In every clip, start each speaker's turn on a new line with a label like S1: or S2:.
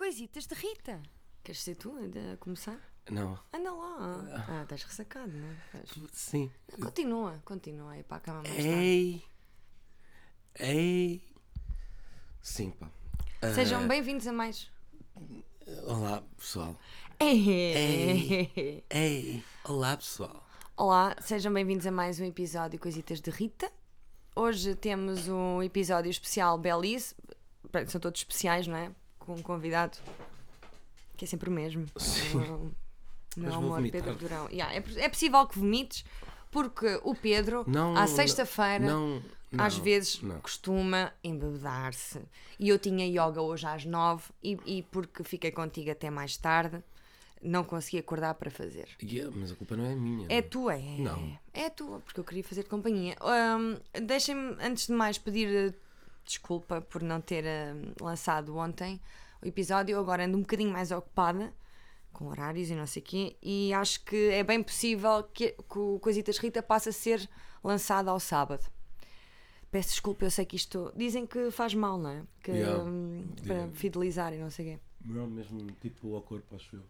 S1: receitas de Rita. Queres ser tu a começar?
S2: Não.
S1: Anda lá. Ah, estás ressacado, não é? Estás-
S2: Sim.
S1: Continua, continua aí para a cama mais tarde.
S2: Ei! Ei! Sim, pá. Ah,
S1: Sejam bem-vindos a mais.
S2: Olá, pessoal.
S1: Ei.
S2: Ei! Olá, pessoal.
S1: Olá, sejam bem-vindos a mais um episódio Coisitas de Rita. Hoje temos um episódio especial Belize. Bem, São todos especiais, não é? Com um convidado que é sempre o mesmo.
S2: Sim.
S1: Não- Não
S2: Mas
S1: é o
S2: vou
S1: amor,
S2: vomitar.
S1: Pedro Durão. Yeah, é, pos- é possível que vomites, porque o Pedro,
S2: Não,
S1: à
S2: não,
S1: sexta-feira,
S2: não, não,
S1: às vezes
S2: não.
S1: costuma embebedar-se. E eu tinha yoga hoje às nove e, e porque fiquei contigo até mais tarde, não consegui acordar para fazer.
S2: Yeah, mas a culpa não é minha.
S1: É tua, é.
S2: Não.
S1: É tua, porque eu queria fazer companhia. Hum, Deixem-me, antes de mais, pedir eh, desculpa por não ter hum, lançado ontem o episódio. Eu agora ando um bocadinho mais ocupada com horários e não sei o quê, e acho que é bem possível que, que o Coisitas Rita passe a ser lançado ao sábado. Peço desculpa, eu sei que isto. Dizem que faz mal, não é? Que,
S2: Yeah.
S1: hum,
S2: Yeah.
S1: Para fidelizar e não sei o quê.
S3: Não, mesmo tipo ao corpo, acho eu.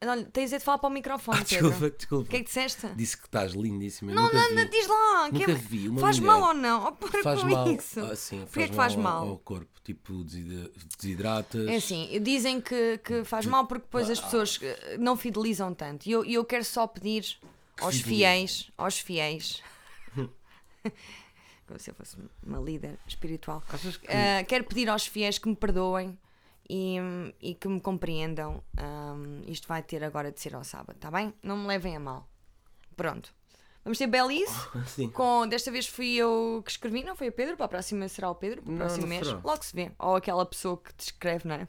S1: Olha, tens é de falar para o microfone, Pedro.
S2: Ah, Desculpa, desculpa.
S1: O que é que disseste?
S2: Disse que estás lindíssima. eu
S1: Não,
S2: nunca
S1: não, não,
S2: vi.
S1: diz lá.
S2: Nunca
S1: que é-
S2: vi uma
S1: faz
S2: mulher.
S1: mal ou não? Oh, para
S2: Faz
S1: com
S2: mal.
S1: isso.
S2: ah, sim,
S1: Porquê é que faz
S2: ao-
S1: mal?
S2: Ao corpo, tipo, desida- desidratas.
S1: É assim, dizem que, que faz mal porque depois
S2: Ah.
S1: as pessoas eh, não fidelizam tanto. E eu, e eu quero só pedir aos
S2: fidelizem.
S1: fiéis, aos fiéis, como se eu fosse uma líder espiritual, eh, quero pedir aos fiéis que me perdoem e, e que me compreendam. Ahm, isto vai ter agora de ser ao sábado, está bem? Não me levem a mal. Pronto. Vamos ter Belize.
S2: Sim.
S1: É Com, desta vez fui eu que escrevi, não foi o Pedro, para a próxima será o Pedro, para o
S2: Não,
S1: próximo
S2: não
S1: mês.
S2: será.
S1: Logo se vê. Ou aquela pessoa que te escreve, não é?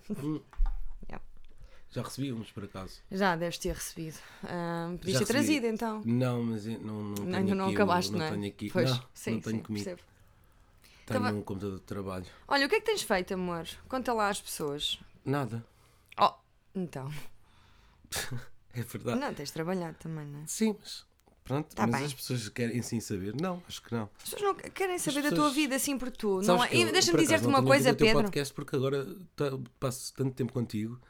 S2: Já recebi uns por acaso.
S1: Já deves ter recebido. Ah, podias
S2: Já
S1: ter
S2: recebi.
S1: trazido então.
S2: Não, mas eu não, não tenho
S1: Não, ainda não
S2: aqui o-
S1: acabaste, não é?
S2: tenho aqui.
S1: Pois,
S2: não,
S1: sim,
S2: não tenho
S1: sim,
S2: comigo.
S1: percebo.
S2: Tenho
S1: Tava-
S2: um computador de trabalho.
S1: Olha, o que é que tens feito, amor? Conta lá às pessoas.
S2: Nada.
S1: Oh, então.
S2: É verdade.
S1: Não, tens trabalhado também, não é?
S2: Sim, mas pronto.
S1: Tá
S2: mas
S1: bem.
S2: as pessoas querem sim saber. Não, acho que não.
S1: As pessoas não querem saber da tua
S2: pessoas-
S1: vida assim por tu. Não
S2: Sabes
S1: é?
S2: que eu,
S1: E Deixa-me
S2: por acaso,
S1: dizer-te
S2: não
S1: uma
S2: tenho
S1: coisa,
S2: ouvido o teu
S1: Pedro.
S2: podcast porque agora tá- passo tanto tempo contigo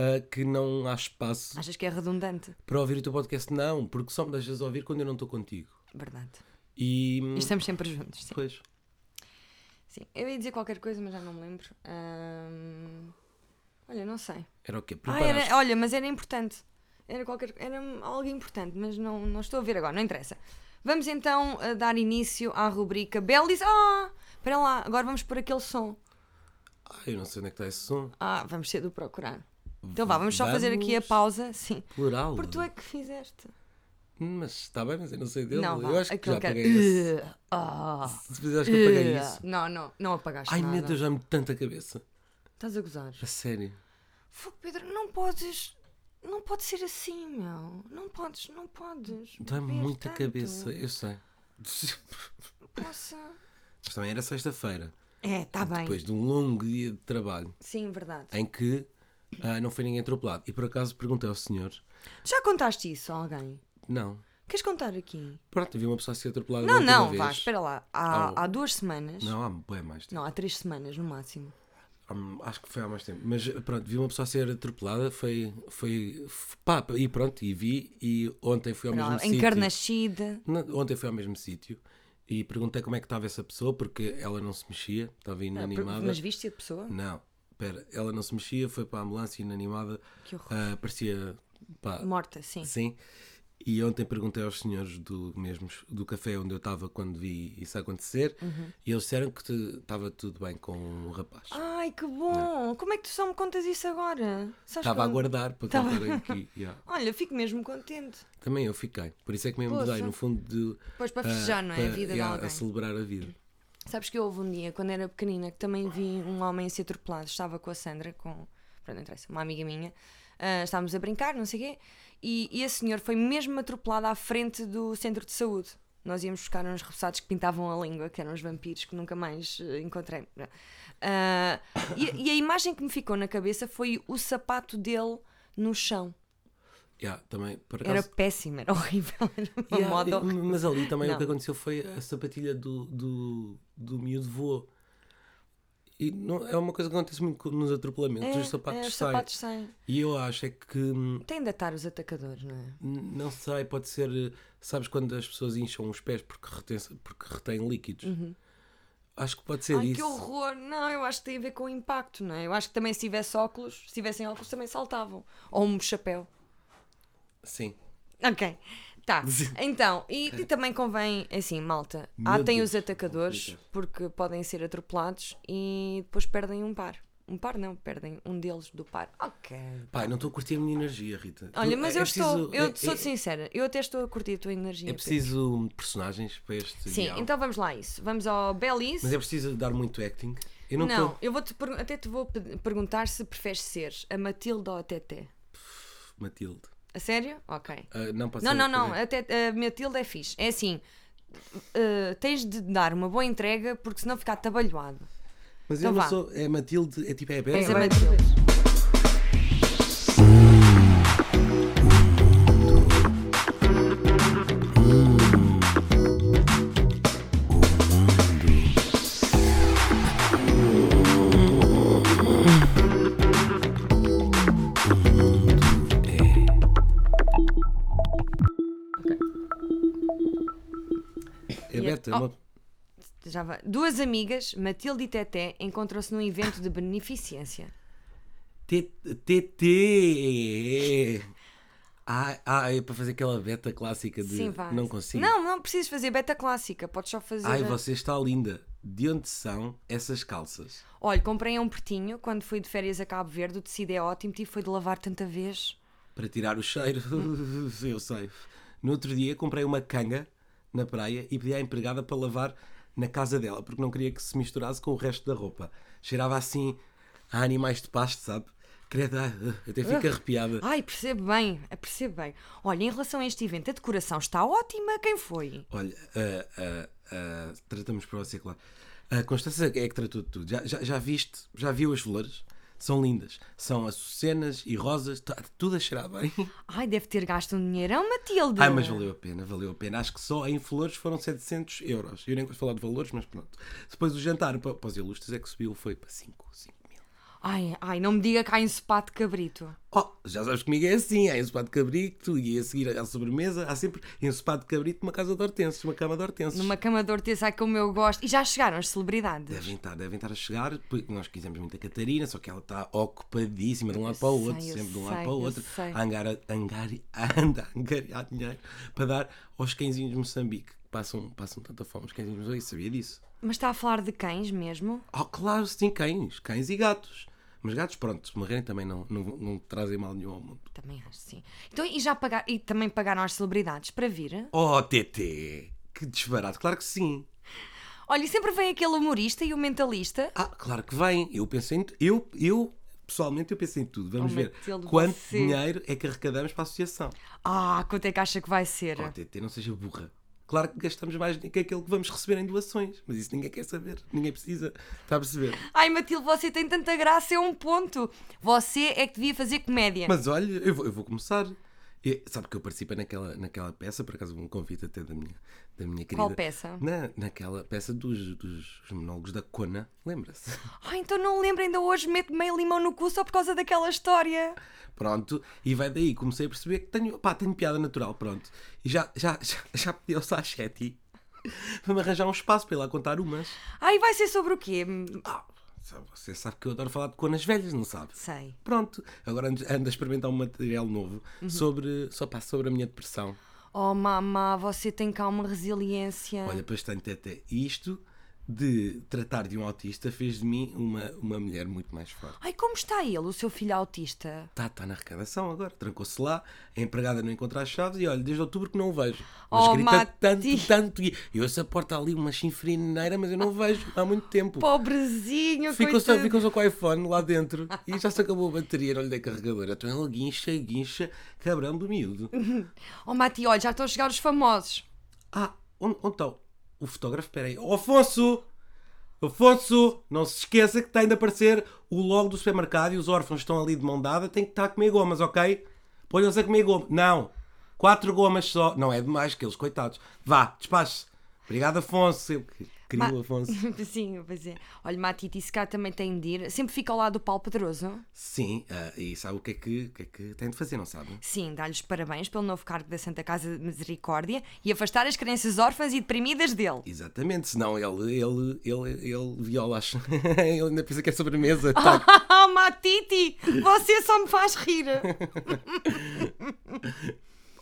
S2: ah, que não há espaço
S1: Achas que é redundante?
S2: para ouvir o teu podcast. Não, porque só me deixas ouvir quando eu não estou contigo.
S1: Verdade.
S2: E.
S1: E Estamos sempre juntos, sim.
S2: Pois.
S1: sim. Eu ia dizer qualquer coisa, mas já não me lembro. Ah, Olha, não sei.
S2: Era o quê?
S1: Ah, era-
S2: Preparaste?
S1: olha, mas era importante. Era, qualquer, era algo importante, mas não, não estou a ver agora, não interessa. Vamos então a dar início à rubrica Belis. Ah! Espera lá, agora vamos pôr aquele som.
S2: Ah, eu não sei onde é que está esse som.
S1: Ah, vamos cedo procurar. Então vá, vamos só fazer aqui a
S2: Vamos.
S1: pausa. Sim.
S2: Plural.
S1: Porque tu é que fizeste.
S2: Mas está bem, mas eu não sei dele.
S1: não, vá.
S2: eu acho que
S1: aquele
S2: já
S1: era-
S2: paguei esse.
S1: Uh, ah,
S2: Mas eu acho que eu paguei
S1: uh.
S2: isso.
S1: Não, não, não apagaste
S2: Ai
S1: nada.
S2: meu Deus, dá-me tanta cabeça.
S1: Estás a gozar.
S2: A sério.
S1: Fogo, Pedro, não podes. Não pode ser assim, meu. Não podes, não podes.
S2: Dá-me
S1: beber
S2: muita
S1: tanto.
S2: cabeça, eu sei.
S1: Poça.
S2: Mas também era sexta-feira.
S1: É, tá bem.
S2: Depois de um longo dia de trabalho
S1: Sim, verdade.
S2: em que ah, não foi ninguém atropelado. E por acaso perguntei ao senhor:
S1: Já contaste isso a alguém?
S2: não.
S1: Queres contar aqui?
S2: Pronto, havia uma pessoa a ser atropelada.
S1: Não,
S2: da última
S1: não,
S2: vez.
S1: vá, espera lá. Há,
S2: Oh.
S1: há duas semanas.
S2: Não, há bem mais tempo.
S1: Não, há três semanas no máximo.
S2: Hum, acho que foi há mais tempo. Mas pronto, vi uma pessoa a ser atropelada. Foi. foi f- pá, e pronto, e vi. E ontem fui ao
S1: Espera
S2: mesmo
S1: lá,
S2: sítio.
S1: Encarnascida.
S2: Na- Ontem fui ao mesmo sítio e perguntei como é que estava essa pessoa, porque ela não se mexia, estava inanimada.
S1: Ah, Mas viste a pessoa?
S2: Não, pera, ela não se mexia, foi para a ambulância inanimada,
S1: Que horror.
S2: ah, parecia. Pá,
S1: Morta, sim.
S2: sim. E ontem perguntei aos senhores do mesmo do café onde eu estava quando vi isso acontecer
S1: Uhum.
S2: e eles disseram que te- estava tudo bem com o rapaz.
S1: Ai, que bom! Como é que tu só me contas isso agora? Sabes
S2: Estava a
S1: como-
S2: aguardar para
S1: Tava-
S2: contar aqui. yeah.
S1: Olha, fico mesmo contente.
S2: Também eu fiquei. Por isso é que me mudei,
S1: Poxa.
S2: no fundo, de.
S1: Pois para
S2: ah,
S1: festejar, não é? A
S2: para,
S1: vida de
S2: yeah,
S1: alguém.
S2: A celebrar a vida.
S1: Sabes que houve um dia, quando era pequenina, que também vi um homem ser atropelado. Estava com a Sandra, com. Pronto, não interessa, uma amiga minha. Ah, estávamos a brincar, não sei o quê. E, e esse senhor foi mesmo atropelado à frente do centro de saúde. Nós íamos buscar uns repousados que pintavam a língua, que eram os vampiros que nunca mais eh, encontrei. Ah, e, e a imagem que me ficou na cabeça foi o sapato dele no chão.
S2: Yeah, também, por
S1: Era
S2: acaso-
S1: péssimo, era horrível. Era uma
S2: Yeah,
S1: moda
S2: e-
S1: horrível.
S2: Mas ali também
S1: Não.
S2: o que aconteceu foi a sapatilha do, do, do miúdo voou. E não, é uma coisa que acontece muito com- nos atropelamentos, os sapatos
S1: É, os
S2: saem.
S1: sapatos saem.
S2: E eu acho é que, hum,
S1: Tem de atar os atacadores, não é?
S2: não sei, pode ser, eh, sabes quando as pessoas incham os pés porque retêm, porque retêm líquidos? Acho que pode ser
S1: Uhum. Ai,
S2: isso.
S1: que horror! Não, eu acho que tem a ver com o impacto, não é? Eu acho que também se tivesse óculos, se tivessem óculos também saltavam. Ou um chapéu.
S2: Sim.
S1: Ok. Tá. Então, e, e também convém, assim, malta,
S2: Meu
S1: atem
S2: Deus,
S1: os atacadores porque podem ser atropelados e depois perdem um par. Um par não, perdem um deles do par. Ok.
S2: Pá, não estou a curtir a minha energia, Rita.
S1: Olha,
S2: Tu-
S1: mas
S2: é
S1: eu
S2: preciso-
S1: estou, eu
S2: é-
S1: sou assim.
S2: é-
S1: sincera, eu até estou a curtir a tua energia.
S2: É preciso personagens para este
S1: Pedro. Sim,
S2: guião.
S1: então vamos lá a isso. Vamos ao Belize.
S2: Mas é preciso dar muito acting. Eu não,
S1: Não,
S2: estou.
S1: eu vou -te até te vou pe- perguntar se preferes ser a Matilda ou a Teté.
S2: Matilde.
S1: A sério? Ok.
S2: Ah, não, pode
S1: Não,
S2: ser
S1: não,
S2: outra
S1: não.
S2: vez.
S1: A, Tet- a Matilda é fixe. É assim. eh, tens de dar uma boa entrega porque senão ficar tabalhoado.
S2: Mas
S1: então
S2: eu
S1: vá.
S2: não sou. É Matilde, é tipo é Bela.
S1: És a
S2: vai-
S1: Matilda.
S2: É Beta. é
S1: Oh.
S2: uma-
S1: Já vai. Duas amigas, Matilde e Teté, encontram-se num evento de beneficência.
S2: T- TT. Ah, ah, é para fazer aquela beta clássica de
S1: Sim, vai.
S2: não consigo.
S1: Não, não precisas fazer beta clássica. Podes só fazer.
S2: Ai,
S1: a-
S2: você está linda. De onde são essas calças?
S1: Olha, comprei um pretinho quando fui de férias a Cabo Verde. O tecido é ótimo. Tive foi de lavar tanta vez.
S2: Para tirar o cheiro. Eu sei. No outro dia comprei uma canga na praia e pedi à empregada para lavar na casa dela, porque não queria que se misturasse com o resto da roupa. Cheirava assim a animais de pasto, sabe? Credo, ai, até fico arrepiada.
S1: Ai, percebo bem, percebo bem. Olha, em relação a este evento, a decoração está ótima. Quem foi?
S2: Olha, ah, ah, ah, tratamos para você, claro. A Constância é que tratou de tudo. Já, já, já viste, já viu as flores? São lindas. São açucenas e rosas, tá- tudo a cheirar bem.
S1: Ai, deve ter gasto um dinheirão, Matilde.
S2: Ai, mas valeu a pena, valeu a pena. Acho que só em flores foram 700 euros. Eu nem gosto de falar de valores, mas pronto. Depois o jantar para, para os ilustres é que subiu, foi para 5, 5 mil.
S1: Ai, ai, não me diga que há ensopado de cabrito.
S2: Oh, já sabes comigo é assim, há ensopado de cabrito e a seguir à sobremesa há sempre ensopado de cabrito numa casa de hortenses, uma cama de hortenses.
S1: Numa cama de hortência como eu gosto. E já chegaram as celebridades.
S2: Devem estar, devem estar a chegar, porque nós quisemos muito a Catarina, só que ela está ocupadíssima de um lado para o
S1: sei,
S2: outro,
S1: eu
S2: sempre de um
S1: sei,
S2: lado para o
S1: eu
S2: outro,
S1: sei.
S2: a angar, angar, anda, a angariar dinheiro para dar aos cãezinhos de Moçambique, que passam, passam tanta fome. Os cãezinhos de Moçambique, sabia disso?
S1: Mas está a falar de cães mesmo?
S2: Oh, claro, sim, cães, cães e gatos. Mas gatos, pronto, se morrerem também não, não, não trazem mal nenhum ao mundo.
S1: Também acho, sim. Então, e já pagaram, e também pagaram às celebridades para vir?
S2: Oh, TT, que desbarato, claro que sim.
S1: Olha, e sempre vem aquele humorista e o mentalista.
S2: Ah, claro que vem. Eu pensei em tu- eu, eu pessoalmente eu pensei em tudo. Vamos
S1: Oh,
S2: ver
S1: Matilde,
S2: quanto
S1: você.
S2: dinheiro é que arrecadamos para a associação.
S1: Ah, quanto é que acha que vai ser?
S2: Oh, TT, não seja burra. Claro que gastamos mais do que aquilo que vamos receber em doações, mas isso ninguém quer saber, ninguém precisa. Está a perceber?
S1: Ai, Matilde, você tem tanta graça, é um ponto. Você é que devia fazer comédia.
S2: Mas olha, eu vou, eu vou começar. E sabe que eu participei naquela, naquela peça, por acaso um convite até da minha, da minha querida.
S1: Qual peça?
S2: Na, naquela peça dos, dos dos monólogos da Cona, lembra-se?
S1: Ai, então não lembro, ainda hoje meto meio limão no cu só por causa daquela história.
S2: Pronto, e vai daí, comecei a perceber que tenho, pá, tenho piada natural, pronto. E já, já, já, já pedi ao Sachetti para me arranjar um espaço para ir lá contar umas.
S1: Ai, vai ser sobre o quê? Hum,
S2: Ah, sabe- você sabe que eu adoro falar de conas velhas, não sabe?
S1: Sei.
S2: Pronto, agora ando, ando a experimentar um material novo sobre, só, pá, sobre a minha depressão.
S1: Oh, mamá, você tem cá uma resiliência.
S2: Olha, bastante até isto de tratar de um autista fez de mim uma, uma mulher muito mais forte.
S1: Ai, como está ele, o seu filho autista?
S2: Está tá na arrecadação agora, trancou-se lá, a empregada não encontra as chaves e olha, desde outubro que não o vejo. Mas
S1: Oh,
S2: grita
S1: Mati.
S2: tanto, tanto. E eu essa porta ali uma chinfrineira, mas eu não o vejo há muito tempo.
S1: Pobrezinho,
S2: Ficou só,
S1: coitado.
S2: ficou só com o iPhone lá dentro e já se acabou a bateria, não lhe dei carregador. Então ele guincha, guincha, cabrão do miúdo.
S1: Oh, Mati, olha, já estão a chegar os famosos.
S2: Ah, onde, onde está o- o fotógrafo? Espera aí. Oh, Afonso! Afonso! Não se esqueça que tem de aparecer o logo do supermercado e os órfãos estão ali de mão dada. Tem que estar a comer gomas, ok? Põe-os a comer gomas. Não! Quatro gomas só. Não é demais, aqueles coitados. Vá, despache-se. Obrigado, Afonso. Eu- Queria
S1: Ma-
S2: o Afonso.
S1: Sim, pois é. Olha, Matiti, se cá também tem de ir. Sempre fica ao lado do Paulo Pedroso.
S2: Sim, ah, e sabe o que é que, o que é que tem de fazer, não sabe?
S1: Sim, dá-lhes parabéns pelo novo cargo da Santa Casa de Misericórdia e afastar as crenças órfãs e deprimidas dele.
S2: Exatamente, senão ele, ele, ele, ele viola as- ele ainda pensa que é sobremesa. tá?
S1: Oh, Matiti, você só me faz rir.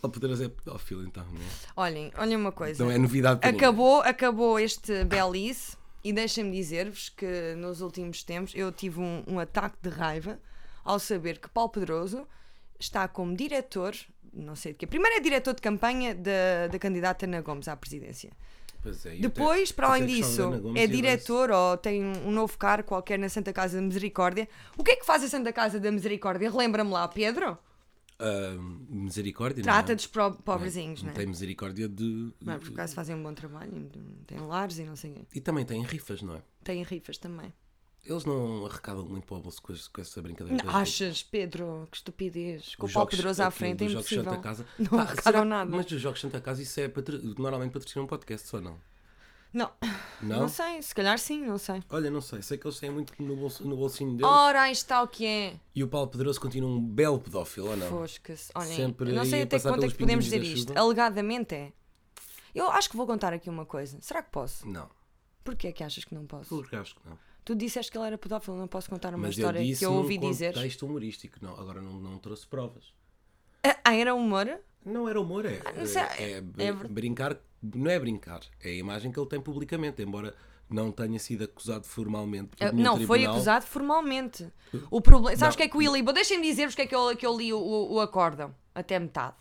S2: Ele poderá ser pedófilo, então, não é?
S1: Olhem, olhem uma coisa.
S2: Não é novidade para ninguém.
S1: Acabou, acabou este belice e deixem-me dizer-vos que nos últimos tempos eu tive um, um ataque de raiva ao saber que Paulo Pedroso está como diretor, não sei de quê, primeiro é diretor de campanha da, da candidata Ana Gomes à presidência.
S2: Pois é, e
S1: Depois,
S2: até-
S1: para além
S2: até que
S1: disso,
S2: Salvador Ana Gomes
S1: é
S2: ia dar-se-
S1: diretor ou tem um novo cargo qualquer na Santa Casa da Misericórdia. O que é que faz a Santa Casa da Misericórdia? Relembra-me lá, Pedro?
S2: Ah, misericórdia.
S1: Trata
S2: não,
S1: dos pro- pobrezinhos, não
S2: não
S1: é?
S2: tem misericórdia de.
S1: Mas por acaso fazem um bom trabalho, têm lares e não sei o quê.
S2: E também tem rifas, não é?
S1: Têm rifas também.
S2: Eles não arrecadam muito para o bolso com, as- com essa brincadeira. das rifas.
S1: Achas, Pedro? Que estupidez. Com
S2: Os
S1: o Paulo
S2: jogos-
S1: Pedroso à
S2: aquilo
S1: frente é
S2: dos jogos
S1: impossível.
S2: Santa Casa.
S1: Não
S2: Pá,
S1: arrecadam
S2: será-
S1: nada.
S2: Mas dos Jogos Santa Casa, isso é patro... normalmente patrocina um podcast, só não?
S1: Não.
S2: Não?
S1: não sei, se calhar sim, não sei.
S2: Olha, não sei. Sei que eles têm muito no, bolso, no bolsinho deles.
S1: Ora, aí está o que é.
S2: E o Paulo Pedroso continua um belo pedófilo, ou não?
S1: Fosca-se. Olhem,
S2: Sempre
S1: não sei
S2: ia
S1: até que
S2: passar
S1: ponto é
S2: pelos
S1: que podemos
S2: pinguinhos da
S1: dizer isto.
S2: chuva.
S1: Alegadamente é. Eu acho que vou contar aqui uma coisa. Será que posso?
S2: Não.
S1: Porquê é que achas que não posso?
S2: Porque acho que não.
S1: Tu disseste que ele era pedófilo, não posso contar É uma
S2: Mas eu
S1: história
S2: disse
S1: que eu ouvi
S2: num
S1: dizer.
S2: contexto humorístico. Não, agora não, não trouxe provas.
S1: Ah, era humor?
S2: Não era humor, é,
S1: não sei,
S2: é, é br-
S1: é ver-
S2: brincar, não é brincar, é a imagem que ele tem publicamente, embora não tenha sido acusado formalmente.
S1: Ah,
S2: num
S1: Não, foi
S2: tribunal.
S1: acusado formalmente. O problema. Sabes
S2: Não.
S1: o que é que o Ili. Deixem-me dizer-vos o que é que eu, que eu li o, o, o acórdão, até metade.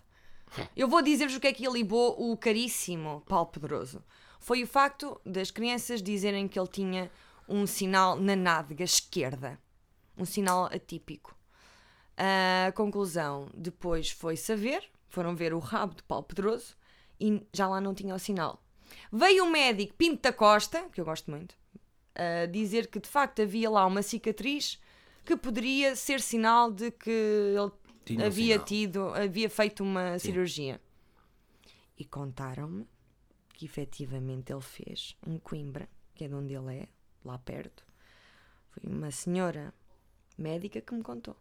S1: Eu vou dizer-vos o que é que ilibou o caríssimo Paulo Pedroso. Foi o facto das crianças dizerem que ele tinha um sinal na nádega esquerda. Um sinal atípico. A conclusão depois foi saber, foram ver o rabo de Paulo Pedroso e já lá não tinha o sinal. Veio o médico Pinto da Costa, que eu gosto muito, a dizer que de facto havia lá uma cicatriz que poderia ser sinal de que ele
S2: Tinha um
S1: havia
S2: sinal.
S1: tido, havia feito uma cirurgia. E contaram-me que efetivamente ele fez em Coimbra, que é de onde ele é, lá perto. Foi uma senhora médica que me contou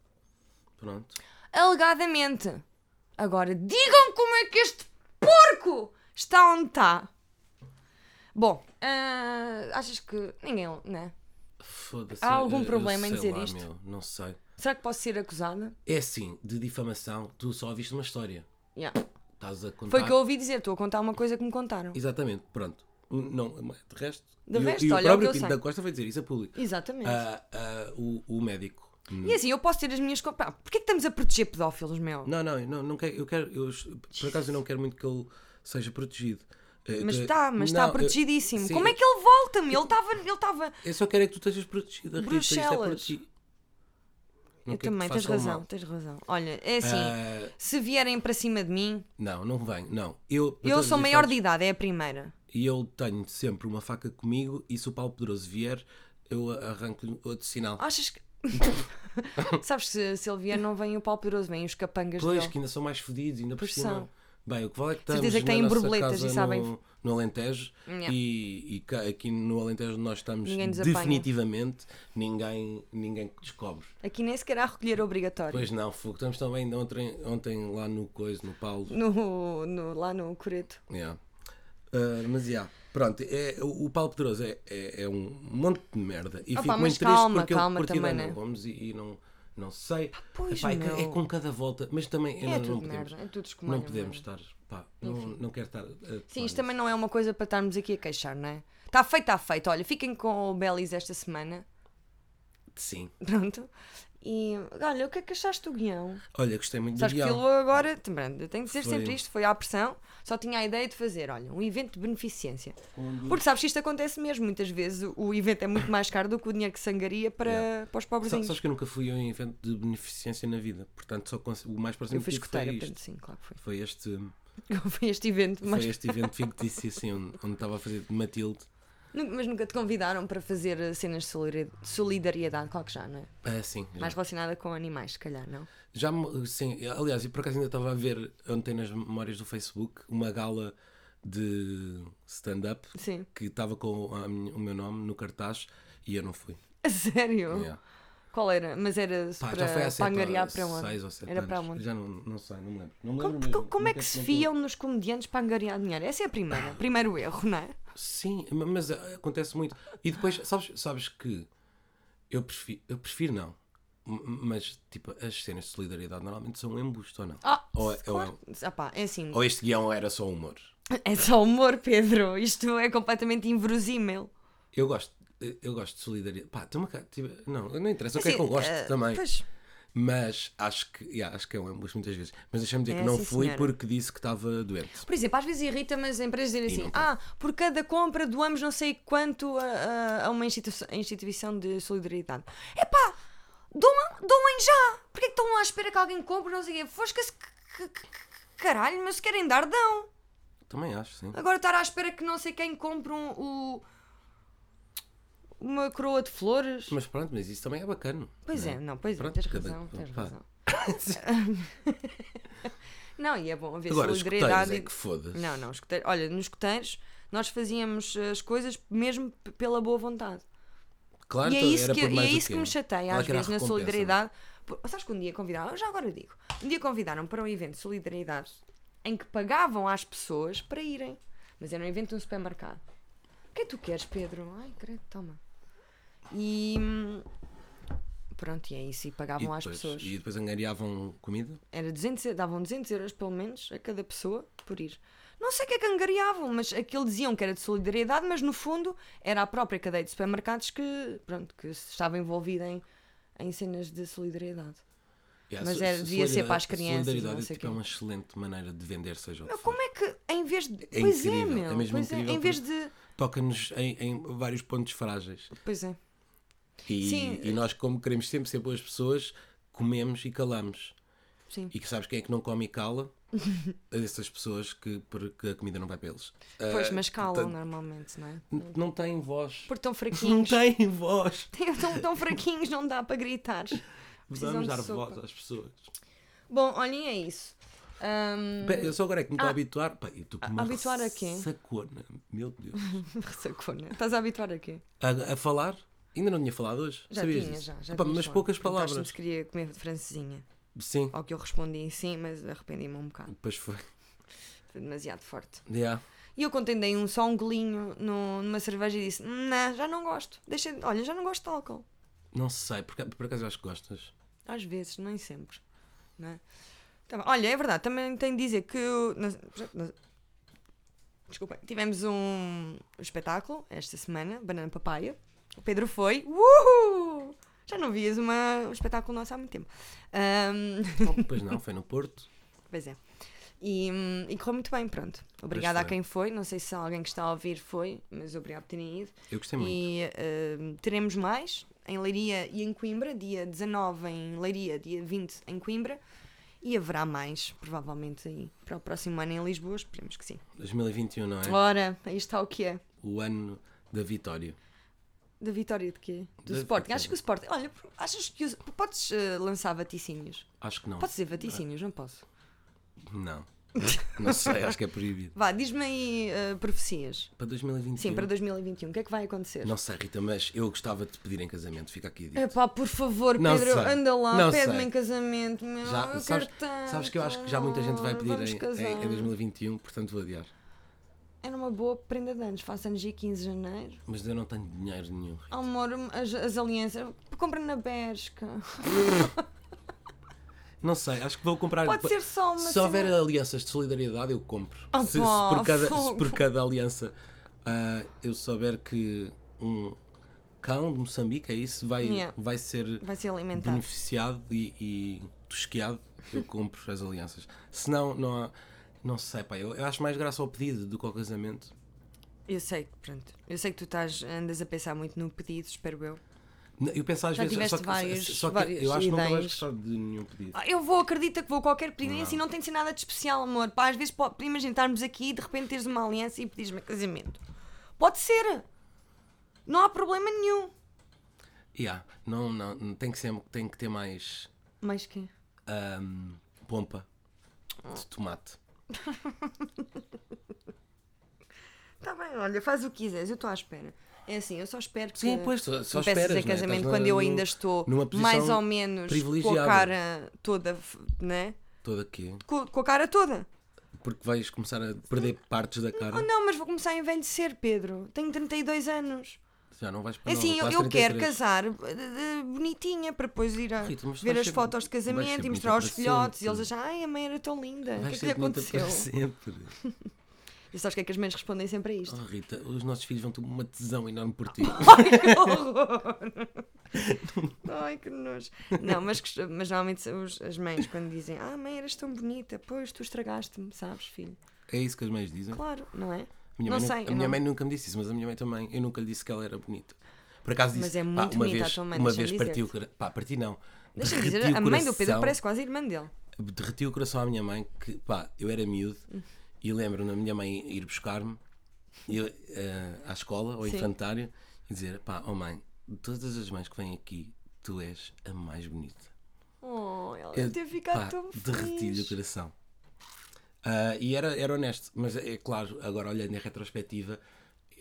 S2: Pronto.
S1: alegadamente. Agora, digam como é que este porco está onde está. Bom, ah, achas que ninguém, né?
S2: Foda-se.
S1: Há algum
S2: eu- eu
S1: problema em
S2: sei
S1: dizer
S2: lá,
S1: isto?
S2: meu, não sei.
S1: Será que posso ser acusada?
S2: É assim, de difamação, tu só ouviste uma história.
S1: Yeah.
S2: Estás a contar.
S1: Foi o que eu ouvi dizer, estou a contar uma coisa que me contaram.
S2: Exatamente, pronto. Não, de resto.
S1: De
S2: e, o-
S1: resto,
S2: e o
S1: olha, é o que
S2: próprio
S1: eu
S2: Pinto
S1: sei.
S2: da Costa foi dizer isso a público.
S1: Exatamente.
S2: Ah, ah, o, o médico.
S1: E assim, eu posso ter as minhas. compa- Ah, Porquê que estamos a proteger pedófilos, meu?
S2: Não, não, não, não quero, eu quero, eu, por acaso eu não quero muito que ele seja protegido. Eh,
S1: Mas
S2: que-
S1: está, mas
S2: não,
S1: está
S2: eu-
S1: protegidíssimo.
S2: sim,
S1: Como é que ele volta, meu? Ele estava. Ele estava.
S2: Eu só quero é que tu estejas protegida, Rita. Isto é
S1: Bruxelas.
S2: para ti. Não
S1: Eu
S2: quero que te
S1: também, tens
S2: façam
S1: razão,
S2: mal.
S1: tens razão. Olha, é assim,
S2: Ah,
S1: se vierem para cima de mim,
S2: não, não venho, não. Eu,
S1: eu sou maior
S2: de
S1: de idade, é a primeira.
S2: E eu tenho sempre uma faca comigo e se o Paulo Pedroso vier, eu arranco-lhe outro sinal.
S1: Achas que. Sabes que se, se ele vier, não vem o pau poderoso, vêm os capangas
S2: Pois,
S1: dele.
S2: que ainda são mais fodidos, ainda por
S1: Pois
S2: cima.
S1: são.
S2: Bem, o que vale é que estamos
S1: Certeza que
S2: na
S1: têm
S2: nossa
S1: borboletas
S2: casa
S1: e sabem-
S2: no, no Alentejo
S1: Yeah.
S2: e, e cá- aqui no Alentejo onde nós estamos
S1: Ninguém nos apanha.
S2: definitivamente ninguém, ninguém que descobre.
S1: Aqui nem sequer há recolher obrigatório.
S2: Pois não, fogo. Estamos também de ontem, ontem lá no Coiso, no Paulo.
S1: No, no- lá no Coreto.
S2: Yeah. Ah, mas já, pronto, é, o o Paulo Pedroso é, é, é um monte de merda. E
S1: Opa,
S2: fico
S1: mas
S2: muito triste
S1: calma,
S2: porque
S1: calma
S2: eu curti
S1: também,
S2: Ana
S1: né? Ah,
S2: Gomes e, e não, não sei.
S1: pois,
S2: Epá, é, que-
S1: meu.
S2: é com cada volta, mas também
S1: É,
S2: nós não
S1: tudo
S2: podemos.
S1: merda, é tudo escumalho.
S2: Não podemos estar, pá, não, não quero estar. a
S1: Sim,
S2: falar
S1: isto também não é uma coisa para estarmos aqui a queixar, não é? Está feito, está feito. Olha, fiquem com o Belis esta semana.
S2: nisso. Sim.
S1: Pronto. E olha, o que é que achaste do guião?
S2: Olha, gostei muito do
S1: Sabes que
S2: guião.
S1: aquilo agora, também, eu tenho de dizer
S2: Foi. um
S1: sempre isto, foi à pressão, só tinha a ideia de fazer, olha, um evento de beneficência. Porque sabes que isto acontece mesmo, muitas vezes o- o evento é muito mais caro do que o dinheiro que sangaria para,
S2: Yeah.
S1: para os
S2: Sa-
S1: pobrezinhos.
S2: Sabes que eu nunca fui a um evento de beneficência na vida, portanto, só conse- o mais próximo
S1: eu fui
S2: que tive foi
S1: escuteira, portanto,
S2: isto.
S1: sim, claro que foi.
S2: Foi este,
S1: Foi este evento, mas,
S2: foi este evento fictício, assim, onde, onde estava a fazer de Matilde.
S1: nu- mas nunca te convidaram para fazer eh, cenas de solidari- solidariedade, claro que já, não é?
S2: Ah, sim, já.
S1: Mais relacionada com animais, se calhar, não?
S2: Já, me- sim, aliás, e por acaso ainda estava a ver ontem nas memórias do Facebook uma gala de stand-up
S1: Sim.
S2: que estava com a minha- o meu nome no cartaz e eu não fui.
S1: A sério?
S2: Yeah.
S1: Qual era? Mas era
S2: Pá,
S1: para,
S2: já foi há
S1: para
S2: sete,
S1: angariar
S2: anos,
S1: para onde?
S2: seis ou sete
S1: era
S2: anos.
S1: para onde?
S2: Já não, não sei, não me lembro. Não me lembro
S1: Como,
S2: mesmo.
S1: co- como é
S2: Nunca
S1: que se
S2: tinha- um
S1: fiam nos comediantes para angariar dinheiro? Essa é a primeira. Primeiro erro, não é?
S2: Sim, ma- mas ah, acontece muito. E depois, sabes, sabes que eu prefiro, eu prefiro não, M- mas tipo, as cenas de solidariedade normalmente são um embuste ou não?
S1: Ah,
S2: ou, é- ou é-
S1: claro. Ah pá, é assim.
S2: ou este guião era só humor?
S1: É só humor, Pedro. Isto é completamente inverosímil.
S2: Eu gosto, eh, eu gosto de solidariedade. Pá, tem uma cara. tipo, não, não interessa o que é
S1: Assim,
S2: que eu gosto
S1: eh,
S2: também.
S1: Pois,
S2: Mas acho que, yeah, acho que é um embuste muitas vezes. Mas deixa-me dizer
S1: É,
S2: que não
S1: sim,
S2: fui
S1: senhora.
S2: porque disse que estava doente.
S1: por exemplo, às vezes irrita-me as empresas dizerem
S2: não
S1: assim:
S2: pode.
S1: ah, por cada compra doamos não sei quanto a, a- a uma instituição, instituição de solidariedade. Epá, doam, doem já! Porquê que estão à espera que alguém compre? Não sei o quê. Fosca-se, que- que- que- que- caralho, mas se querem dar, dão.
S2: Também acho, sim.
S1: Agora estar à espera que não sei quem compre um, o- uma coroa de flores.
S2: Mas pronto, mas isso também é bacana.
S1: Pois
S2: não
S1: é, não, pois é,
S2: Pronto,
S1: tens
S2: cada-
S1: razão, tens
S2: pá.
S1: razão. não, e é bom haver
S2: Agora, os coteiros
S1: solidariedade.
S2: é que foda-se.
S1: Não, não, os coteiros- olha, nos coteiros nós fazíamos eh, as coisas mesmo p- pela boa vontade.
S2: Claro,
S1: e é
S2: então
S1: isso,
S2: era
S1: que,
S2: por
S1: e é
S2: mais o
S1: isso que
S2: quê?
S1: me chateia
S2: Qual é
S1: às
S2: que era a
S1: vezes na
S2: recompensa, não é?
S1: solidariedade. Por- Sabes que um dia convidaram, já agora digo, um dia convidaram para um evento de solidariedade em que pagavam às pessoas para irem. Mas era um evento de um supermercado. O que é que tu queres, Pedro? Ai, credo, toma. E. hum, Pronto, e é isso. E
S2: E
S1: pagavam às
S2: depois-
S1: pessoas.
S2: E depois angariavam comida?
S1: Era 200, e- davam 200 euros pelo menos a cada pessoa por ir. Não sei o que é que angariavam, mas aquilo diziam que era de solidariedade, mas no fundo era a própria cadeia de supermercados que, pronto, que se estava envolvida em, em cenas de solidariedade.
S2: Yeah,
S1: Mas
S2: so-
S1: era-
S2: so-
S1: devia ser para as
S2: solidariedade-
S1: crianças e não
S2: solidariedade,
S1: sei
S2: tipo, é
S1: quê.
S2: uma excelente maneira de vender, seja o que
S1: Mas
S2: for.
S1: Como é que, em vez de. pois
S2: incrível,
S1: é, meu.
S2: é mesmo
S1: pois é,
S2: incrível
S1: em vez de.
S2: Toca-nos em, em vários pontos frágeis.
S1: Pois é.
S2: E,
S1: Sim. eh,
S2: e nós, como queremos sempre ser boas pessoas, comemos e calamos.
S1: Sim.
S2: E que sabes quem é que não come e cala? Essas pessoas que, porque a comida não vai para eles.
S1: pois,
S2: Ah,
S1: mas calam
S2: portanto,
S1: normalmente, não é?
S2: n- Não têm voz.
S1: Porque estão
S2: Não
S1: fraquinhos.
S2: têm voz.
S1: Estão tão fraquinhos, não dá para gritar. Precisam
S2: Vamos
S1: de
S2: dar um
S1: sopa.
S2: voz às pessoas.
S1: Bom, olhem, é isso. Ahm,
S2: Pera, Eu só agora é que me estou a habituar. Pá, eu estou com
S1: Hum. Ah. A-
S2: uma
S1: habituar a quê?
S2: Sacona, meu Deus.
S1: Ressacona. Estás a habituar a quê?
S2: A, a falar? Ainda não tinha falado hoje?
S1: Já
S2: Sabias
S1: tinha,
S2: disso?
S1: já. já
S2: Epá,
S1: tinha
S2: mas
S1: falado.
S2: poucas
S1: Perguntaste-me
S2: palavras.
S1: se queria comer francesinha.
S2: Sim,
S1: Ao que eu respondi sim, mas arrependi-me um bocado.
S2: depois foi.
S1: Foi demasiado forte.
S2: Yeah.
S1: E eu contendei um, só um golinho no- numa cerveja e disse: Não, já não gosto. Deixa, de- olha, já não gosto de álcool.
S2: Não sei, por, ca- por acaso eu acho que gostas.
S1: Às vezes, nem sempre. Não é? Tá bem. olha, é verdade, também tenho de dizer que. eu- nós- nós- desculpem, tivemos um espetáculo esta semana, Banana Papaya. O Pedro foi. Uhul! Já não vias uma, um espetáculo nosso há muito tempo. Ahm,
S2: Pois não, foi no Porto.
S1: Pois é. E, hum, e correu muito bem, pronto. Obrigada a
S2: foi.
S1: quem foi. Não sei se alguém que está a ouvir foi, mas obrigado por terem ido.
S2: Eu gostei muito.
S1: E hum, teremos mais em Leiria e em Coimbra, dia 19 em Leiria, dia 20 em Coimbra. E haverá mais, provavelmente, aí para o próximo ano em Lisboa. Esperemos que sim.
S2: 2021, não é?
S1: Ora, aí está o que é.
S2: O ano da vitória.
S1: Da vitória de quê? Do
S2: Da
S1: Sporting.
S2: vitória.
S1: Acho que o Sporting. Olha, achas que. os- Podes eh, lançar vaticínios?
S2: Acho que não.
S1: Posso dizer vaticínios? Não posso.
S2: Não. não sei, acho que é proibido.
S1: Vá, diz-me aí eh, profecias.
S2: Para 2021.
S1: Sim, para 2021. O que é que vai acontecer?
S2: Não sei, Rita, mas eu gostava de te pedir em casamento. Fica aqui dito.
S1: Epá, por favor,
S2: Não
S1: Pedro,
S2: sei.
S1: anda lá,
S2: Não
S1: pede-me
S2: sei.
S1: em casamento. Meu,
S2: Já-
S1: eu
S2: sabes,
S1: quero tanto,
S2: sabes que eu acho que já muita gente vai pedir
S1: Vamos
S2: em,
S1: casar.
S2: em- em 2021, portanto vou adiar.
S1: Era uma boa prenda de anos, faço anos dia 15 de janeiro.
S2: Mas eu não tenho dinheiro nenhum. Rita.
S1: Amor, as, as alianças, compra na Bershka.
S2: Não sei, acho que vou comprar.
S1: Pode ser só uma.
S2: Se houver
S1: cena-
S2: alianças de solidariedade, eu compro.
S1: Ah,
S2: se, se
S1: pá,
S2: por cada,
S1: fogo.
S2: se por cada aliança ah, eu souber que um cão de Moçambique, é isso, vai,
S1: Yeah.
S2: vai ser
S1: Vai ser alimentado.
S2: beneficiado e, e tosqueado, eu compro as alianças. Se não, não há- Não sei, pá, eu, eu acho mais graça ao pedido do que ao casamento.
S1: Eu sei, que, pronto. Eu sei que tu estás, andas a pensar muito no pedido, espero eu.
S2: Não, Eu penso às
S1: Já
S2: vezes.
S1: tiveste
S2: Só que,
S1: vários-
S2: só que
S1: várias
S2: eu acho que nunca vais
S1: ideias.
S2: gostar de nenhum pedido.
S1: Ah, Eu vou, acredita que vou a qualquer pedido e assim não tem de ser nada de especial, amor. Pá, às vezes pode, imagina estarmos aqui e de repente teres uma aliança e pedires-me casamento. Pode ser. Não há problema nenhum.
S2: Yeah, não, não, não, tem que, ser, tem que ter mais
S1: Mais que
S2: ahm, pompa de tomate.
S1: Está Tá bem, olha, faz o que quiseres, eu estou à espera. É assim, eu só espero que
S2: Sim, pois, só, só
S1: me peças
S2: esperas,
S1: em
S2: né?
S1: casamento
S2: Estás na-
S1: quando eu
S2: no-
S1: ainda estou
S2: numa posição
S1: mais ou menos com a
S2: privilegiada.
S1: cara toda, f- né?
S2: Toda aqui.
S1: Com, com a cara toda.
S2: Porque vais começar a perder partes da cara.
S1: Oh não, mas vou começar a envelhecer, Pedro. Tenho 32 anos.
S2: Já não vais para
S1: É assim, eu,
S2: nova, quase
S1: eu quero
S2: 33.
S1: casar eh, eh, bonitinha para depois ir a
S2: Rita, mas
S1: ver
S2: vais
S1: as
S2: ser-
S1: fotos de
S2: vais
S1: casamento
S2: ser
S1: e mostrar aos
S2: bonita para
S1: filhotes e
S2: sempre.
S1: eles acham, ai, a mãe era tão linda, o que é
S2: Vais
S1: que lhe
S2: ser bonita
S1: aconteceu?
S2: para sempre.
S1: E sabes o que é que as mães respondem sempre a isto?
S2: Oh, Rita, os nossos filhos vão ter uma tesão enorme por ti.
S1: Que horror! Ai, que nojo. Não, mas, que- mas normalmente os- as mães, quando dizem Ah, mãe, eras tão bonita, pois tu estragaste-me, sabes, filho?
S2: É isso que as mães dizem?
S1: Claro, não é?
S2: Minha
S1: não
S2: mãe, nu-
S1: sei.
S2: a
S1: eu
S2: minha
S1: não-
S2: mãe nunca me disse isso, mas a minha mãe também. Eu nunca lhe disse que ela era bonita. Por acaso disse,
S1: Mas é
S2: pá,
S1: muito
S2: uma
S1: bonita
S2: vez,
S1: a tua mãe,
S2: uma
S1: deixa-me
S2: vez parti o coração. Pá, parti não.
S1: Deixa-me
S2: Derreti
S1: dizer,
S2: o
S1: a mãe do Pedro
S2: coração-
S1: parece quase a irmã dele.
S2: derreti o coração à minha mãe que pá, eu era miúdo
S1: Hum.
S2: e lembro-me da minha mãe ir buscar-me eu, eh, à escola ou
S1: Sim.
S2: infantário e dizer pá, oh mãe, de todas as mães que vêm aqui, tu és a mais bonita.
S1: Oh, ela
S2: Eu,
S1: deve ter ficado
S2: pá,
S1: tão
S2: derreti-lhe o
S1: feliz.
S2: coração. Ah, e era, era honesto, mas é claro, agora olhando em retrospectiva,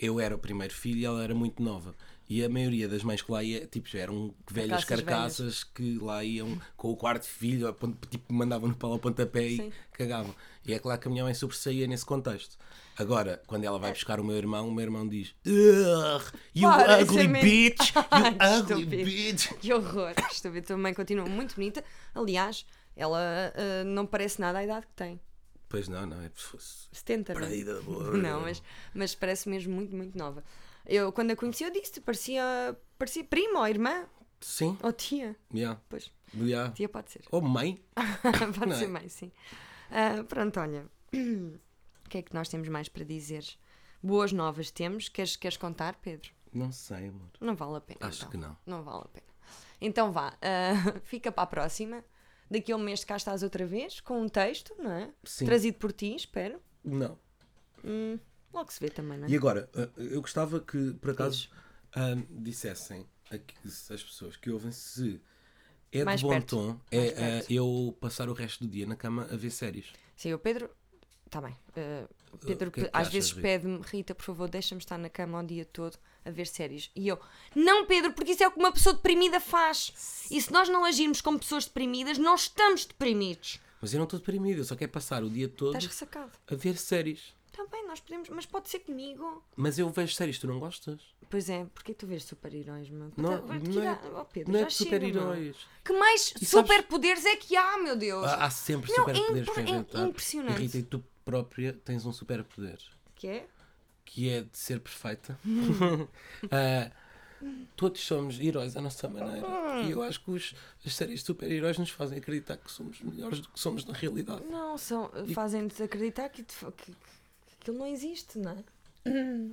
S2: eu era o primeiro filho e ela era muito nova. E a maioria das mães que lá ia, tipo, já eram velhas
S1: Carcaças
S2: carcaças que lá iam com o quarto filho, a pon- tipo, mandavam no pau ao pontapé
S1: Sim.
S2: e cagavam. E é claro que a minha mãe sobressaía nesse contexto. Agora, quando ela
S1: É.
S2: vai buscar o meu irmão, o meu irmão diz: "Ugh, You
S1: Para, isso é
S2: ugly
S1: mesmo.
S2: bitch!
S1: Ai,
S2: You ugly
S1: estúpido.
S2: bitch!
S1: Que horror! Estou a ver, tua mãe continua muito bonita. Aliás, ela ah, não parece nada à idade que tem.
S2: Pois não, não, é se fosse
S1: 70, não é?
S2: perdida. boa.
S1: Não, mas, mas parece mesmo muito, muito nova. Eu, quando a conheci, eu disse-te, parecia, parecia prima ou irmã
S2: Sim,
S1: ou tia.
S2: yeah,
S1: Pois,
S2: yeah.
S1: tia pode ser.
S2: Ou Oh, mãe?
S1: pode
S2: Não
S1: ser
S2: é?
S1: mãe, sim. Ah, pronto, olha. O que é que nós temos mais para dizer? Boas novas temos. Queres, queres contar, Pedro?
S2: Não sei, amor.
S1: Não vale a pena.
S2: Acho
S1: então.
S2: que não.
S1: Não vale a pena. Então vá, ah, fica para a próxima. Daqui a um mês cá estás outra vez com um texto, não é?
S2: Sim.
S1: Trazido por ti, espero.
S2: Não.
S1: Logo se vê também, não é?
S2: E agora, ah, eu gostava que, por acaso, ah, dissessem aqui, se as pessoas que ouvem se é
S1: Mais
S2: de bom
S1: perto.
S2: tom
S1: Mais
S2: é, ah,
S1: perto.
S2: eu passar o resto do dia na cama a ver séries.
S1: Sim, o Pedro. Está bem. eh, o Pedro
S2: O que é que
S1: às
S2: achas,
S1: vezes
S2: Rita?
S1: pede-me, Rita, por favor, deixa-me estar na cama o dia todo a ver séries. E eu, não, Pedro, porque isso é o que uma pessoa deprimida faz. E se nós não agirmos como pessoas deprimidas, nós estamos deprimidos.
S2: Mas eu não estou deprimido, eu só quero passar o dia todo
S1: Estás ressacado.
S2: a ver séries.
S1: Está bem, nós podemos, mas pode ser comigo.
S2: Mas eu vejo séries, tu não gostas?
S1: Pois é, porque tu vês super-heróis, meu? Puta,
S2: Não-
S1: vai-
S2: não
S1: que
S2: é-
S1: dá- oh, Pedro,
S2: não é
S1: já
S2: de
S1: chega, meu.
S2: super-heróis.
S1: Que mais
S2: E sabes- Ah.
S1: superpoderes é que há, meu Deus?
S2: Há, há sempre
S1: Não, é
S2: superpoderes
S1: impre-
S2: para
S1: é
S2: inventar.
S1: impressionante.
S2: E Rita, e tu própria tens um superpoder.
S1: Que é?
S2: que é de ser perfeita. Ah, todos somos heróis à nossa maneira. E eu acho que os, as séries de super-heróis nos fazem acreditar que somos melhores do que somos na realidade.
S1: Não, são, fazem-te acreditar que, te fa- que, que que aquilo não existe, não é?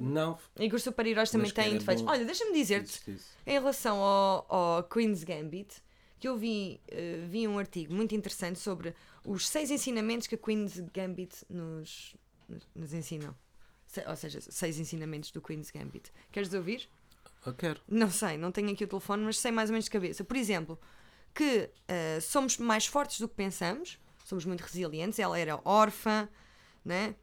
S2: Não.
S1: E que os super-heróis também
S2: Mas que
S1: têm
S2: era
S1: defeitos.
S2: bom
S1: Olha, deixa-me dizer-te,
S3: Existe isso.
S1: em relação ao, ao Queen's Gambit, que eu vi, eh, vi um artigo muito interessante sobre os seis ensinamentos que a Queen's Gambit nos, nos- nos ensinou. Se- ou seja, seis ensinamentos do Queen's Gambit. Queres ouvir?
S2: Eu quero.
S1: Não sei, não tenho aqui o telefone, mas sei mais ou menos de cabeça. Por exemplo, que eh, somos mais fortes do que pensamos, somos muito resilientes. Ela era órfã, né?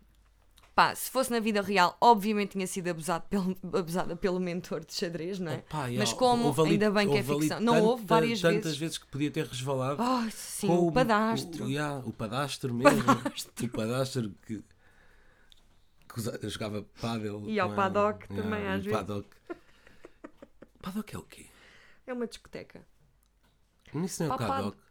S1: Pá, se fosse na vida real, obviamente tinha sido abusado pelo, abusada pelo mentor de xadrez, não é?
S2: Epá,
S1: mas
S2: já,
S1: como,
S2: houve ali-
S1: ainda bem que é
S2: houve ali
S1: ficção. Não
S2: tanta-
S1: houve várias
S2: tantas
S1: vezes.
S2: que podia ter resvalado.
S1: Ah, sim,
S2: com
S1: o padastro.
S2: O, yeah, o padastro mesmo. O padastro que, que usa- jogava pádel.
S1: E ao
S2: com ela.
S1: paddock também,
S2: e
S1: às vezes.
S2: Paddock. Paddock é o quê?
S1: É uma discoteca.
S2: Isso não é o
S1: Papado.
S2: paddock.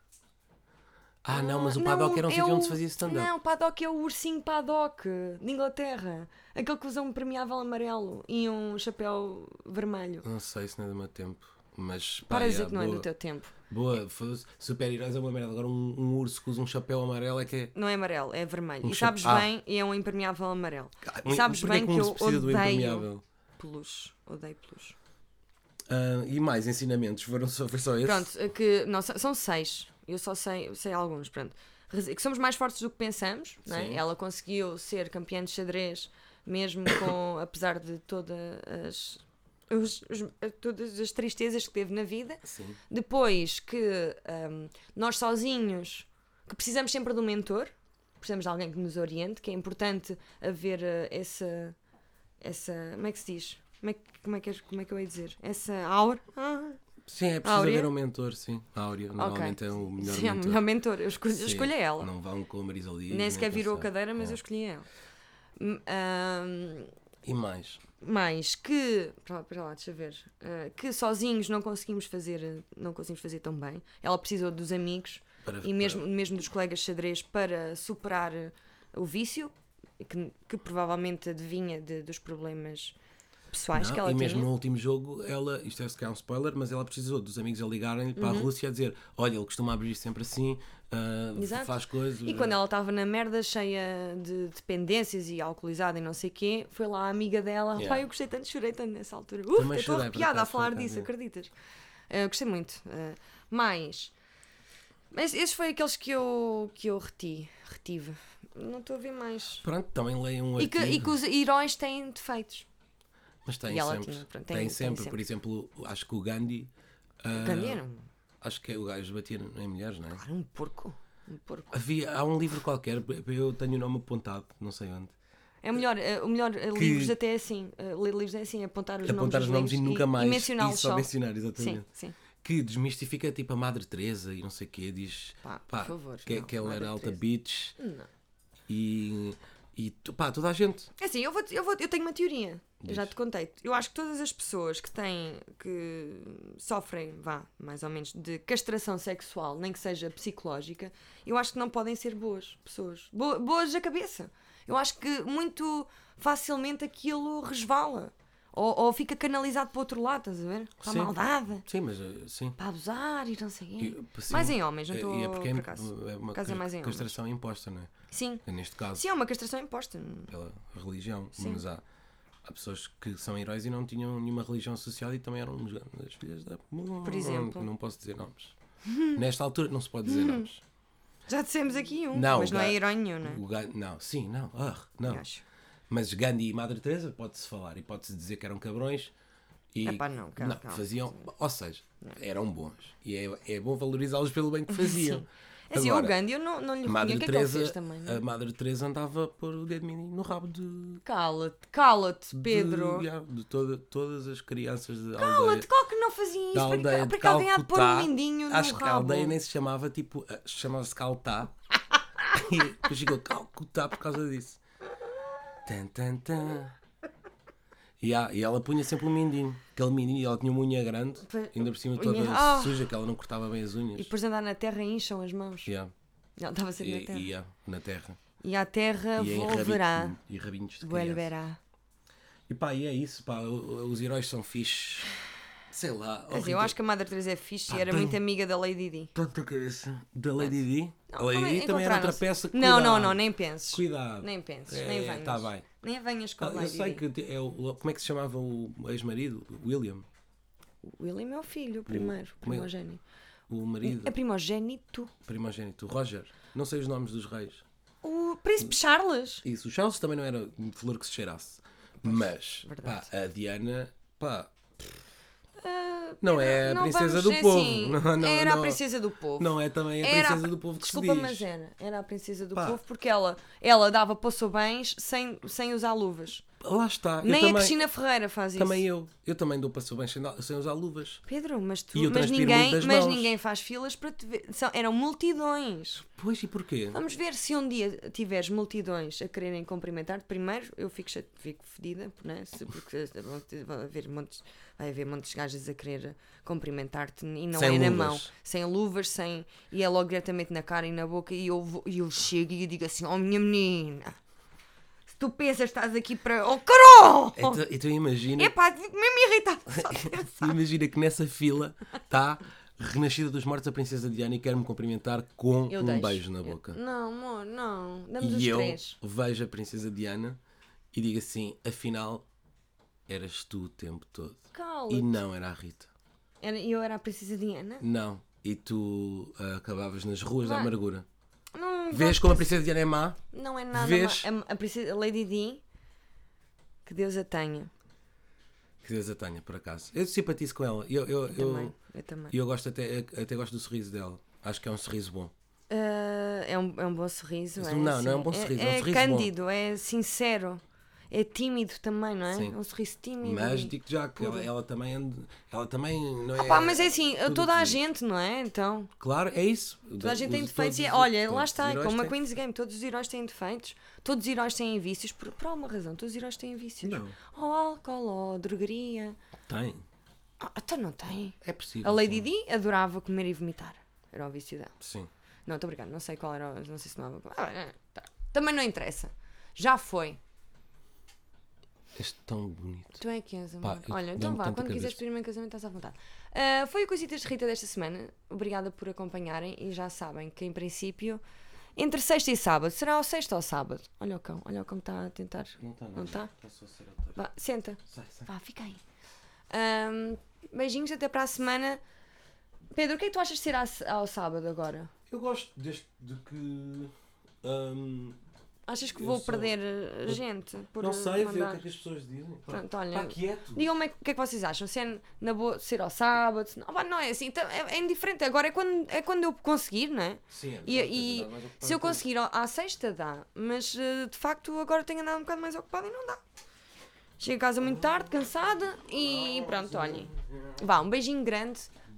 S2: Ah, não, mas o
S1: Não,
S2: paddock era um
S1: é
S2: sítio onde se
S1: o-
S2: fazia stand-up.
S1: Não, o paddock é o ursinho paddock de Inglaterra. Aquele que usa um permeável amarelo e um chapéu vermelho.
S2: Não. sei se não é do meu tempo. Mas pá,
S1: Para
S2: é,
S1: dizer que não
S2: boa,
S1: é do teu tempo.
S2: Boa, foda-se. super-heróis é uma merda. Agora um, um urso que usa um chapéu amarelo é que é.
S1: Não é amarelo, é vermelho.
S2: Um
S1: e sabes
S2: chapéu- Ah.
S1: bem, e é um impermeável amarelo.
S2: Ah,
S1: E sabes
S2: porquê
S1: bem
S2: um
S1: que
S2: urso
S1: eu
S2: precisa do
S1: odeio
S2: impermeável?
S1: peluche. Odeio peluche.
S2: Ah, e mais ensinamentos, foram só, foi só esse?
S1: Pronto, é que não, são são seis. Eu só sei, sei alguns, pronto. Resi- Que somos mais fortes do que pensamos, não é?
S2: Sim.
S1: Ela conseguiu ser campeã de xadrez, mesmo com, apesar de todas as, os- os- todas as tristezas que teve na vida.
S2: Sim.
S1: Depois que hum, nós sozinhos, que precisamos sempre de um mentor, precisamos de alguém que nos oriente, que é importante haver eh, essa, essa. Como é que se diz? Como é que, como é que, és- como é que eu ia dizer? Essa aura. Ah,
S2: Sim, é preciso
S1: Áurea?
S2: haver um mentor, sim. A Áurea normalmente é o melhor
S1: sim, é a
S2: mentor.
S1: melhor mentora. Eu escolhi,
S2: Sim,
S1: eu escolhi ela.
S2: Não vão com a Marisa Liz.
S1: Nem sequer virou a
S2: pensar.
S1: cadeira, mas
S2: É.
S1: eu escolhi ela. Hum, ahm,
S2: E mais.
S1: mais que para lá, para lá deixa eu ver ah, que sozinhos não conseguimos fazer não conseguimos fazer tão bem ela precisou dos amigos
S2: Para-
S1: e mesmo mesmo dos colegas de xadrez para superar ah, o vício que, que provavelmente adivinha de- dos problemas pessoais
S2: Não,
S1: que ela
S2: e
S1: tinha
S2: mesmo no último jogo, ela, isto é se calhar um spoiler, mas ela precisou dos amigos a ligarem para
S1: Uhum.
S2: a Rússia a dizer: Olha, ele costuma abrir sempre assim, ah,
S1: Exato.
S2: faz coisas.
S1: E quando ela estava na merda, cheia de dependências e alcoolizada e não sei o quê, foi lá a amiga dela.
S2: Yeah.
S1: Pai, eu gostei tanto, chorei tanto nessa altura. Uf,
S2: Também
S1: eu estou
S2: chorei, por
S1: arrepiada a
S2: acaso,
S1: falar
S2: por acaso,
S1: disso,
S2: é.
S1: acreditas? Eh, gostei muito. eh, mas. Mas esses foi aqueles que eu, que eu reti, retive. Não estou a ver mais.
S2: Pronto, também leiam um
S1: E que,
S2: artigo.
S1: e que os heróis têm defeitos.
S2: Mas tem
S1: E ela
S2: sempre.
S1: tinha, pronto, tem-
S2: tem,
S1: tem
S2: sempre.
S1: sempre.
S2: Por exemplo, acho que o Gandhi. ah,
S1: Entenderam?
S2: Acho que é o gajo batia em mulheres, não é?
S1: Claro, um porco. Um porco.
S2: Havia, há um livro qualquer, eu tenho o nome apontado, não sei onde.
S1: É melhor, eh, o melhor eh,
S2: Que-
S1: livros até é assim. eh, ler livros é assim, apontar os
S2: Apontar os
S1: nomes dos
S2: nomes e
S1: livros
S2: nunca mais.
S1: E mencioná-los
S2: e só
S1: só.
S2: mencionar, exatamente.
S1: Sim, sim.
S2: Que desmistifica tipo a Madre Teresa e não sei o quê, diz
S1: Pá, por
S2: pá,
S1: favor,
S2: que, é
S1: não,
S2: que ela
S1: Madre
S2: era alta
S1: Teresa.
S2: bitch
S1: Não.
S2: e, e tu- pá, toda a gente.
S1: É assim, eu, vou, eu, vou, eu tenho uma teoria. Eu já
S2: Diz.
S1: te contei. Eu acho que todas as pessoas que têm. que sofrem, vá, mais ou menos, de castração sexual, nem que seja psicológica, eu acho que não podem ser boas pessoas. Bo- boas da cabeça. Eu acho que muito facilmente aquilo resvala. Ou, ou fica canalizado para o outro lado, estás a ver? Para a
S2: Sim.
S1: maldade,
S2: Sim, mas eh, sim.
S1: para abusar e não sei o quê.
S2: E, sim.
S1: Mais em homens, não
S2: Eh,
S1: estou
S2: e é porque é,
S1: por acaso.
S2: é uma
S1: Por acaso é
S2: ca-
S1: mais em homens.
S2: castração imposta, não é?
S1: Sim.
S2: É Neste caso,
S1: Sim, é uma castração imposta.
S2: pela religião.
S1: Sim.
S2: Mas há, há pessoas que são heróis e não tinham nenhuma religião social e também eram uns grandes filhas da. Por
S1: exemplo.
S2: Não posso dizer nomes. Nesta altura não se pode dizer nomes.
S1: Já dissemos aqui um,
S2: Não,
S1: mas não
S2: ga-
S1: é herói nenhum, não é?
S2: O Ga- Não, sim, não. Ah, não.
S1: Eu acho.
S2: Mas Gandhi e Madre Teresa pode-se falar e pode-se dizer que eram cabrões e
S1: Epá, não, calma, calma.
S2: faziam, ou seja, eram bons e é, é bom valorizá-los pelo bem que faziam.
S1: É assim,
S2: Agora,
S1: o Gandhi eu não, não lhe reconheço.
S2: a
S1: O
S2: Madre
S1: que é que ele
S2: Teresa, eh,
S1: fez também? não é?
S2: a Madre Teresa andava por o dedo menino no rabo de
S1: Cala-te, cala-te, Pedro.
S2: de, yeah, de toda- todas as crianças da aldeia.
S1: Cala-te, qual que não fazia
S2: Da
S1: isso? Para
S2: aldeia
S1: que-
S2: de
S1: Para que alguém há de pôr um
S2: Calcutá,
S1: mendinho no
S2: acho que a
S1: rabo?
S2: aldeia nem se chamava tipo, eh, chamava-se Caltá e depois chegou Calcutá por causa disso. Tan, tan, tan. E, há- e ela punha sempre um mindinho, aquele mindinho, e ela tinha uma unha grande,
S1: Pois,
S2: ainda por cima
S1: unha-
S2: toda
S1: Ah!
S2: suja, que ela não cortava bem as
S1: E
S2: unhas.
S1: depois de andar na terra incham as mãos.
S2: Yeah.
S1: Não, estava sempre na
S2: E,
S1: terra.
S2: e, yeah, na terra.
S1: E a terra
S2: E é em rabi-
S1: volverá.
S2: e rabinhos de criança.
S1: Volverá.
S2: E pá, e é isso, pá, o- o- os heróis são fixes. Sei lá. ó,
S1: Quer dizer, eu
S2: Rita,
S1: acho que a Madre Teresa é fixe e
S2: Pá, então-
S1: era
S2: tem-
S1: muito amiga da Lady Di.
S2: Tanta cabeça. Da Lady Di?
S1: Não,
S2: A Lady Di também era outra
S1: encontraram-se.
S2: peça.
S1: Não, não,
S2: cuidado.
S1: não, nem penses.
S2: Cuidado.
S1: Nem penses,
S2: É,
S1: nem
S2: é,
S1: venhas.
S2: tá bem.
S1: Nem venhas com a
S2: Eu
S1: Lady
S2: sei
S1: Di.
S2: que te- é o, como é que se chamava o ex-marido? William,
S1: O William é o filho, o primeiro, o
S2: como é-
S1: primogênito.
S2: o marido,
S1: É primogênito.
S2: primogênito, o Roger. Não sei os nomes dos reis.
S1: O príncipe Charles.
S2: Isso, o Charles também não era um flor que se cheirasse. Mas, pá,
S1: verdade.
S2: a Diana, pá,
S1: Ah,
S2: não é a
S1: não
S2: princesa
S1: vamos
S2: do
S1: dizer
S2: povo.
S1: assim,
S2: não, não,
S1: era
S2: não.
S1: a princesa do povo.
S2: Não é também a
S1: Era
S2: princesa do povo que
S1: Desculpa,
S2: se diz.
S1: mas é. era. Era a princesa do
S2: Pá.
S1: povo porque ela, ela dava para os seus bens sem, sem usar luvas.
S2: Lá está.
S1: Nem
S2: eu
S1: a
S2: também,
S1: Cristina Ferreira faz isso.
S2: Também eu. Eu também dou para o bem sem, sem usar luvas.
S1: Pedro, mas tu,
S2: E eu
S1: mas
S2: transpiro
S1: ninguém,
S2: muito das
S1: mas
S2: mãos.
S1: ninguém faz filas para te ver. São, eram multidões.
S2: Pois, e porquê?
S1: Vamos ver se um dia tiveres multidões a quererem cumprimentar-te. Primeiro, eu fico, chate- fico fedida, né? Se- porque vão ter- vai haver, montes, vai haver montes de gajas a querer cumprimentar-te e não
S2: Sem
S1: é na
S2: luvas.
S1: mão, sem luvas, sem. e é logo diretamente na cara e na boca. E eu, vou- e eu chego e digo assim: Oh, minha menina, se tu pensas, estás aqui para. Oh, Carol!
S2: Então, então imagina,
S1: Epá, fico mesmo irritada. só de É pensar.
S2: imagina que nessa fila está renascida dos mortos a princesa Diana e quer-me cumprimentar com
S1: Eu
S2: um
S1: deixo.
S2: beijo na boca.
S1: Não, amor, não. Damos os
S2: E eu
S1: três.
S2: vejo a princesa Diana e digo assim, afinal, eras tu o tempo todo.
S1: Cala.
S2: E não era a Rita.
S1: Era- Eu era a princesa Diana.
S2: Não. E tu ah, acabavas nas ruas da
S1: Vai.
S2: amargura.
S1: Não
S2: Vês como a princesa Diana é má?
S1: Não é nada.
S2: Vês?
S1: ma- A, a princesa- a Lady Di, que Deus a tenha.
S2: Que Deus a tenha, por acaso. Eu simpatizo com ela. Eu, eu, eu,
S1: Também, eu também.
S2: eu gosto até, até gosto do sorriso dela. Acho que é um sorriso bom.
S1: Ah, é, um, é um bom sorriso.
S2: Mas
S1: é
S2: não, não é
S1: assim,
S2: um bom sorriso, é um
S1: É,
S2: sorriso bom.
S1: cândido, é sincero. É tímido também, não é?
S2: Sim.
S1: Um sorriso tímido.
S2: Mas
S1: e-
S2: digo já que ela,
S1: puro.
S2: ela também ande- ela também não é.
S1: Ah pá, mas é assim,
S2: tudo
S1: toda a
S2: que-
S1: gente, não é? Então,
S2: Claro, é isso.
S1: toda a gente tem
S2: Os-
S1: defeitos.
S2: todos
S1: E,
S2: os-
S1: olha,
S2: todos
S1: lá
S2: os
S1: está,
S2: heróis
S1: como a
S2: têm-
S1: Queen's Game, todos os heróis têm defeitos, todos os heróis têm vícios, por, por alguma razão, todos os heróis têm vícios.
S2: Não.
S1: Ou álcool, ou drogaria.
S2: Tem.
S1: Ah, então não tem.
S2: É possível.
S1: A Lady
S2: sim.
S1: Di adorava comer e vomitar. Era o vício dela.
S2: Sim.
S1: Não, estou brincando, não sei qual era, o- não sei se não era. Ah, é, tá. Também não interessa. Já foi.
S2: Este tão bonito.
S1: Tu é que és,
S2: Pá,
S1: amor.
S2: eu-
S1: Olha, então
S2: dá-me
S1: vá,
S2: tanta
S1: quando quiseres
S2: cabeça.
S1: pedir-me em casamento, estás à vontade. Ah, foi o Coisitas de Rita desta semana. Obrigada por acompanharem e já sabem que, em princípio, entre sexta e sábado, será ao sexta ou sábado? Olha o cão, olha o cão que está a tentar.
S3: Não está nada.
S1: Não tá. está?
S3: Está só a ser otário.
S1: Vá, senta.
S3: Sai, sai.
S1: Vá, fica aí. Ahm, beijinhos, até para a semana. Pedro, o que é que tu achas de ser à s- ao sábado agora?
S3: Eu gosto deste de que. hum,
S1: Achas que
S3: Eu
S1: vou
S3: sou-
S1: perder eh, gente? Por
S3: não
S1: eh,
S3: sei, ver o
S1: mandar?
S3: que é que as pessoas dizem. Pá,
S1: Pronto, olha.
S3: Pá, quieto.
S1: Digam-me o que é que vocês acham, se é na boa ser ao sábado, se não, Pá, não é assim, então é, é indiferente, agora é quando, é quando eu conseguir, não é?
S3: Sim, é verdade,
S1: E,
S3: tens
S1: e
S3: andado mais ocupado
S1: se eu
S3: com isso.
S1: conseguir ao- à sexta dá, mas eh, de facto agora tenho andado um bocado mais ocupada e não dá. Chego a casa muito tarde, cansada e pronto, olhem. Vá, um beijinho grande.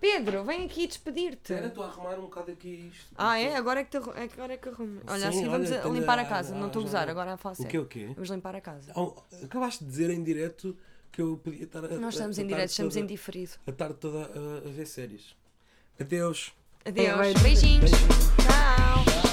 S1: Pedro, vem aqui despedir-te.
S3: Espera, estou a arrumar um bocado aqui isto.
S1: Ah, é? Agora é que, te, arru- é que- agora é que arrumo. Olha,
S3: Sim,
S1: assim vamos
S3: olha,
S1: a-
S3: tenho-
S1: limpar a
S3: ah,
S1: casa, não
S3: ah,
S1: estou a
S3: já-
S1: gozar, agora faço
S3: O quê, o quê?
S1: Vamos limpar a casa.
S3: Oh, acabaste de dizer em direto que eu podia estar a.
S1: Nós estamos
S3: a
S1: em
S3: tarde
S1: direto, estamos
S3: toda-
S1: em diferido.
S3: A tarde toda a, a ver séries. Adeus.
S1: Adeus. Beijinhos. Tchau. Tchau.